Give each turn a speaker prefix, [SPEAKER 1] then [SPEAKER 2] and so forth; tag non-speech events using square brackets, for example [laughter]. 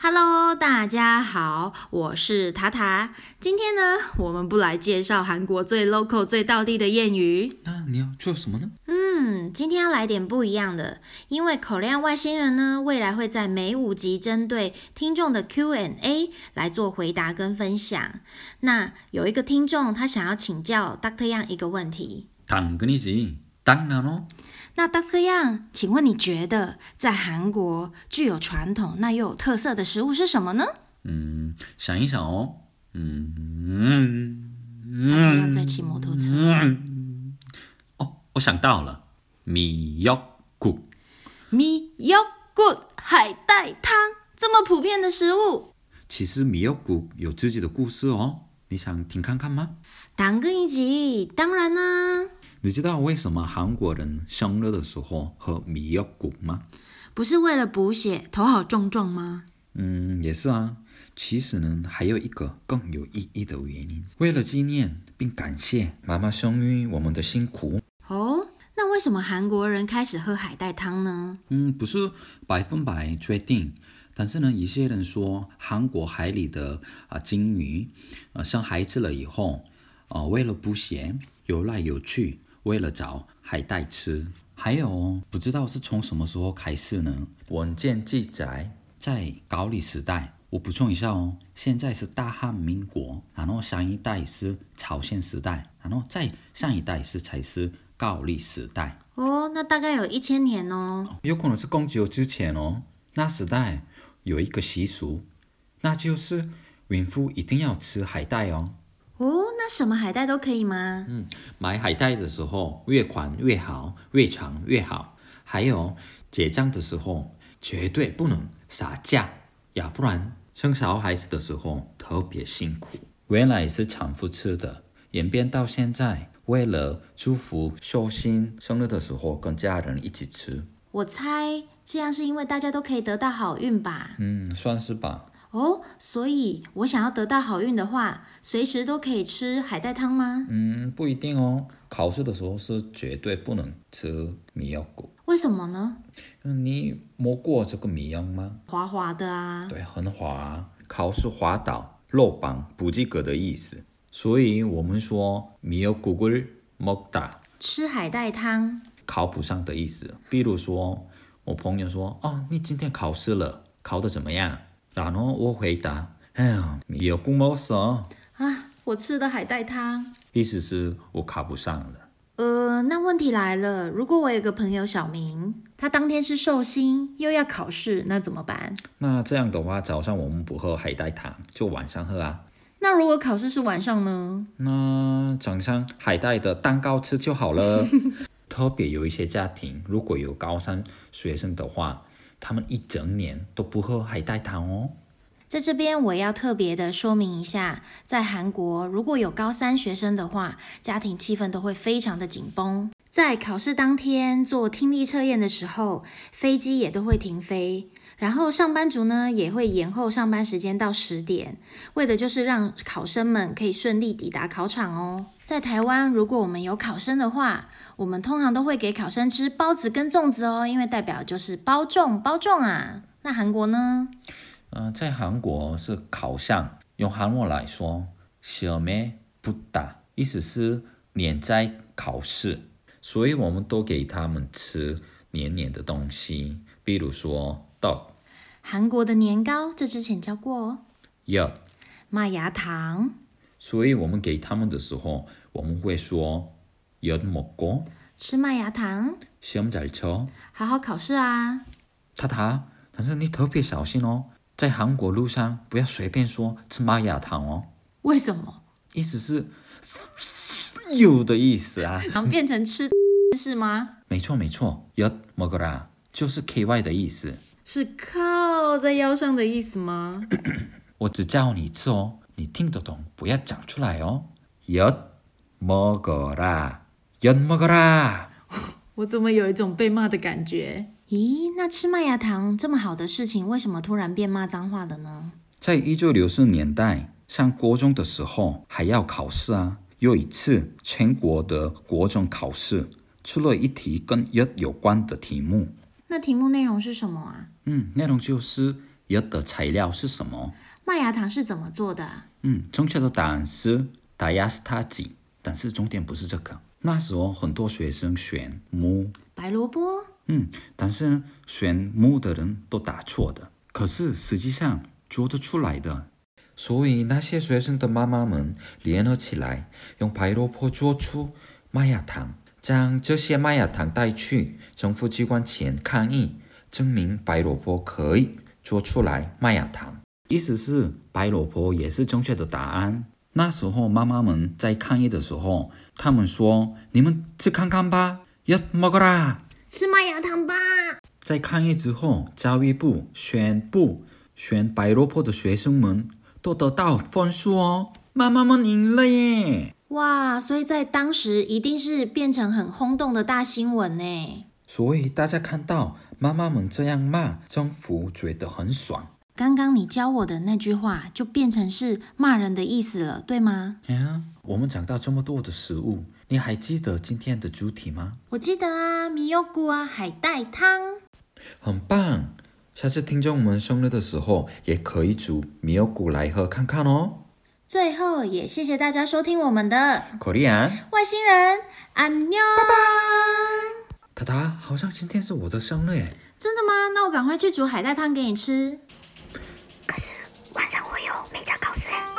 [SPEAKER 1] Hello，大家好，我是塔塔。今天呢，我们不来介绍韩国最 local、最道地的谚语。
[SPEAKER 2] 那你要做什么呢？
[SPEAKER 1] 嗯，今天要来点不一样的，因为口亮外星人呢，未来会在每五集针对听众的 Q&A 来做回答跟分享。那有一个听众他想要请教 Doctor Yang 一个问题，
[SPEAKER 2] 당근이지. 땅 나노?
[SPEAKER 1] 那 Doctor Yang，请问你觉得在韩国具有传统那又有特色的食物是什么呢？
[SPEAKER 2] 음,嗯想一想哦 어. 음, 음,
[SPEAKER 1] 他一
[SPEAKER 2] 음,
[SPEAKER 1] 样在骑摩托车。
[SPEAKER 2] 음. 어,我想到了，米역국.
[SPEAKER 1] 米腰骨海带汤这么普遍的食物。
[SPEAKER 2] 其实米역국有自己的故事哦，你想听看看吗？
[SPEAKER 1] 당근一级，当然啦、
[SPEAKER 2] 你知道为什么韩国人生日的时候喝米역국吗？
[SPEAKER 1] 不是为了补血、头好壮壮吗？
[SPEAKER 2] 嗯，也是啊。其实呢，还有一个更有意义的原因，为了纪念并感谢妈妈生育我们的辛苦。
[SPEAKER 1] 哦，那为什么韩国人开始喝海带汤呢？
[SPEAKER 2] 嗯，不是百分百确定，但是呢，一些人说韩国海里的啊、鲸鱼，啊生孩子了以后，啊、为了补血，游来游去，为了找海带吃。还有，不知道是从什么时候开始呢？文件记载在高丽时代。我补充一下哦，现在是大汉民国，然后上一代是朝鲜时代，然后再上一代是才是高丽时代。
[SPEAKER 1] 哦，那大概有一千年哦。
[SPEAKER 2] 有可能是更久之前哦。那时代有一个习俗，那就是孕妇一定要吃海带哦。
[SPEAKER 1] 哦，那什么海带都可以吗？
[SPEAKER 2] 买海带的时候，越宽越好，越长越好。还有结账的时候，绝对不能杀价，要不然生小孩子的时候特别辛苦。原来是产妇吃的，演变到现在，为了祝福寿星，生日的时候跟家人一起吃，
[SPEAKER 1] 我猜这样是因为大家都可以得到好运吧。
[SPEAKER 2] 嗯，算是吧。
[SPEAKER 1] 哦，所以我想要得到好运的话，随时都可以吃海带汤吗？
[SPEAKER 2] 嗯，不一定哦。考试的时候是绝对不能吃米药果。
[SPEAKER 1] 为什么呢？
[SPEAKER 2] 嗯，你摸过这个米药吗？
[SPEAKER 1] 滑滑的啊。
[SPEAKER 2] 对，很滑啊。考试滑倒、落榜、不及格的意思。所以我们说米药果果먹다，
[SPEAKER 1] 吃海带汤，
[SPEAKER 2] 考不上的意思。比如说，我朋友说：“哦，你今天考试了，考得怎么样？”然后我回答：“哎呀，米药果먹었어。
[SPEAKER 1] 啊，我吃的海带汤。”
[SPEAKER 2] 哦意思是我考不上了。
[SPEAKER 1] 呃，那问题来了，如果我有个朋友小明，他当天是寿星，又要考试，那怎么办？
[SPEAKER 2] 那这样的话，早上我们不喝海带汤，就晚上喝啊。
[SPEAKER 1] 那如果考试是晚上呢？
[SPEAKER 2] 那早上海带的蛋糕吃就好了。 [laughs] 特别有一些家庭，如果有高三学生的话，他们一整年都不喝海带汤哦。
[SPEAKER 1] 在这边我要特别的说明一下，在韩国如果有高三学生的话，家庭气氛都会非常的紧绷。在考试当天做听力测验的时候，飞机也都会停飞，然后上班族呢也会延后上班时间到十点，为的就是让考生们可以顺利抵达考场哦。在台湾，如果我们有考生的话，我们通常都会给考生吃包子跟粽子哦，因为代表就是包中包中啊。那韩国呢？
[SPEAKER 2] 嗯、在韩国是烤相，用韩文来说，小妹不打，意思是年在考试，所以我们都给他们吃黏黏的东西，比如说豆、
[SPEAKER 1] 韩国的年糕，这之前教过哦。
[SPEAKER 2] 药。
[SPEAKER 1] 麦芽糖，
[SPEAKER 2] 所以我们给他们的时候，我们会说“연먹고
[SPEAKER 1] 吃麦芽糖，
[SPEAKER 2] 시험잘쳐
[SPEAKER 1] 好好考试啊。
[SPEAKER 2] 塔塔，但是你特别小心哦，在韩国路上不要随便说吃玛雅糖哦，
[SPEAKER 1] 为什么？
[SPEAKER 2] 意思是“有”的意思啊。
[SPEAKER 1] 糖变成吃 [laughs] 是吗？
[SPEAKER 2] 没错没错，연먹어라就是 “ky” 的意思。
[SPEAKER 1] 是靠在腰上的意思吗？
[SPEAKER 2] 我只叫你吃哦，你听得懂，不要讲出来哦。연먹어라연먹어라。
[SPEAKER 1] 我怎么有一种被骂的感觉？咦，那吃麦芽糖这么好的事情，为什么突然变骂脏话了呢？
[SPEAKER 2] 在一九六四年代，上国中的时候还要考试啊。有一次全国的国中考试出了一题跟 yet 有关的题目，
[SPEAKER 1] 那题目内容是什么啊？
[SPEAKER 2] 嗯，内容就是 yet 的材料是什么？
[SPEAKER 1] 麦芽糖是怎么做的啊？
[SPEAKER 2] 嗯，正确的答案是 diastasi，但是重点不是这个。那时候很多学生选木，
[SPEAKER 1] 白萝卜？
[SPEAKER 2] 嗯，但是选木的人都答错的，可是实际上做得出来的。所以那些学生的妈妈们联合起来，用白萝卜做出麦芽糖，将这些麦芽糖带去政府机关前抗议，证明白萝卜可以做出来麦芽糖。意思是白萝卜也是正确的答案。那时候妈妈们在抗议的时候，他们说：“你们吃看看吧，要먹어라。”
[SPEAKER 1] 吃麦芽糖吧！
[SPEAKER 2] 在抗议之后，教育部宣布，选白萝卜的学生们都得到分数哦，妈妈们赢了耶！
[SPEAKER 1] 哇，所以在当时一定是变成很轰动的大新闻呢。
[SPEAKER 2] 所以大家看到妈妈们这样骂政府，觉得很爽
[SPEAKER 1] 刚刚你教我的那句话就变成是骂人的意思了，对吗？
[SPEAKER 2] 呀。我们讲到这么多的食物，你还记得今天的主题吗？
[SPEAKER 1] 我记得啊，米油菇啊，海带汤。
[SPEAKER 2] 很棒！下次听众们生日的时候，也可以煮米油谷来喝看看哦。
[SPEAKER 1] 最后也谢谢大家收听我们的
[SPEAKER 2] 口令啊，
[SPEAKER 1] 外星人，安妞。拜拜。
[SPEAKER 2] 塔塔，好像今天是我的生日耶。
[SPEAKER 1] 真的吗？那我赶快去煮海带汤给你吃。
[SPEAKER 3] 可是晚上我有美甲考试哎。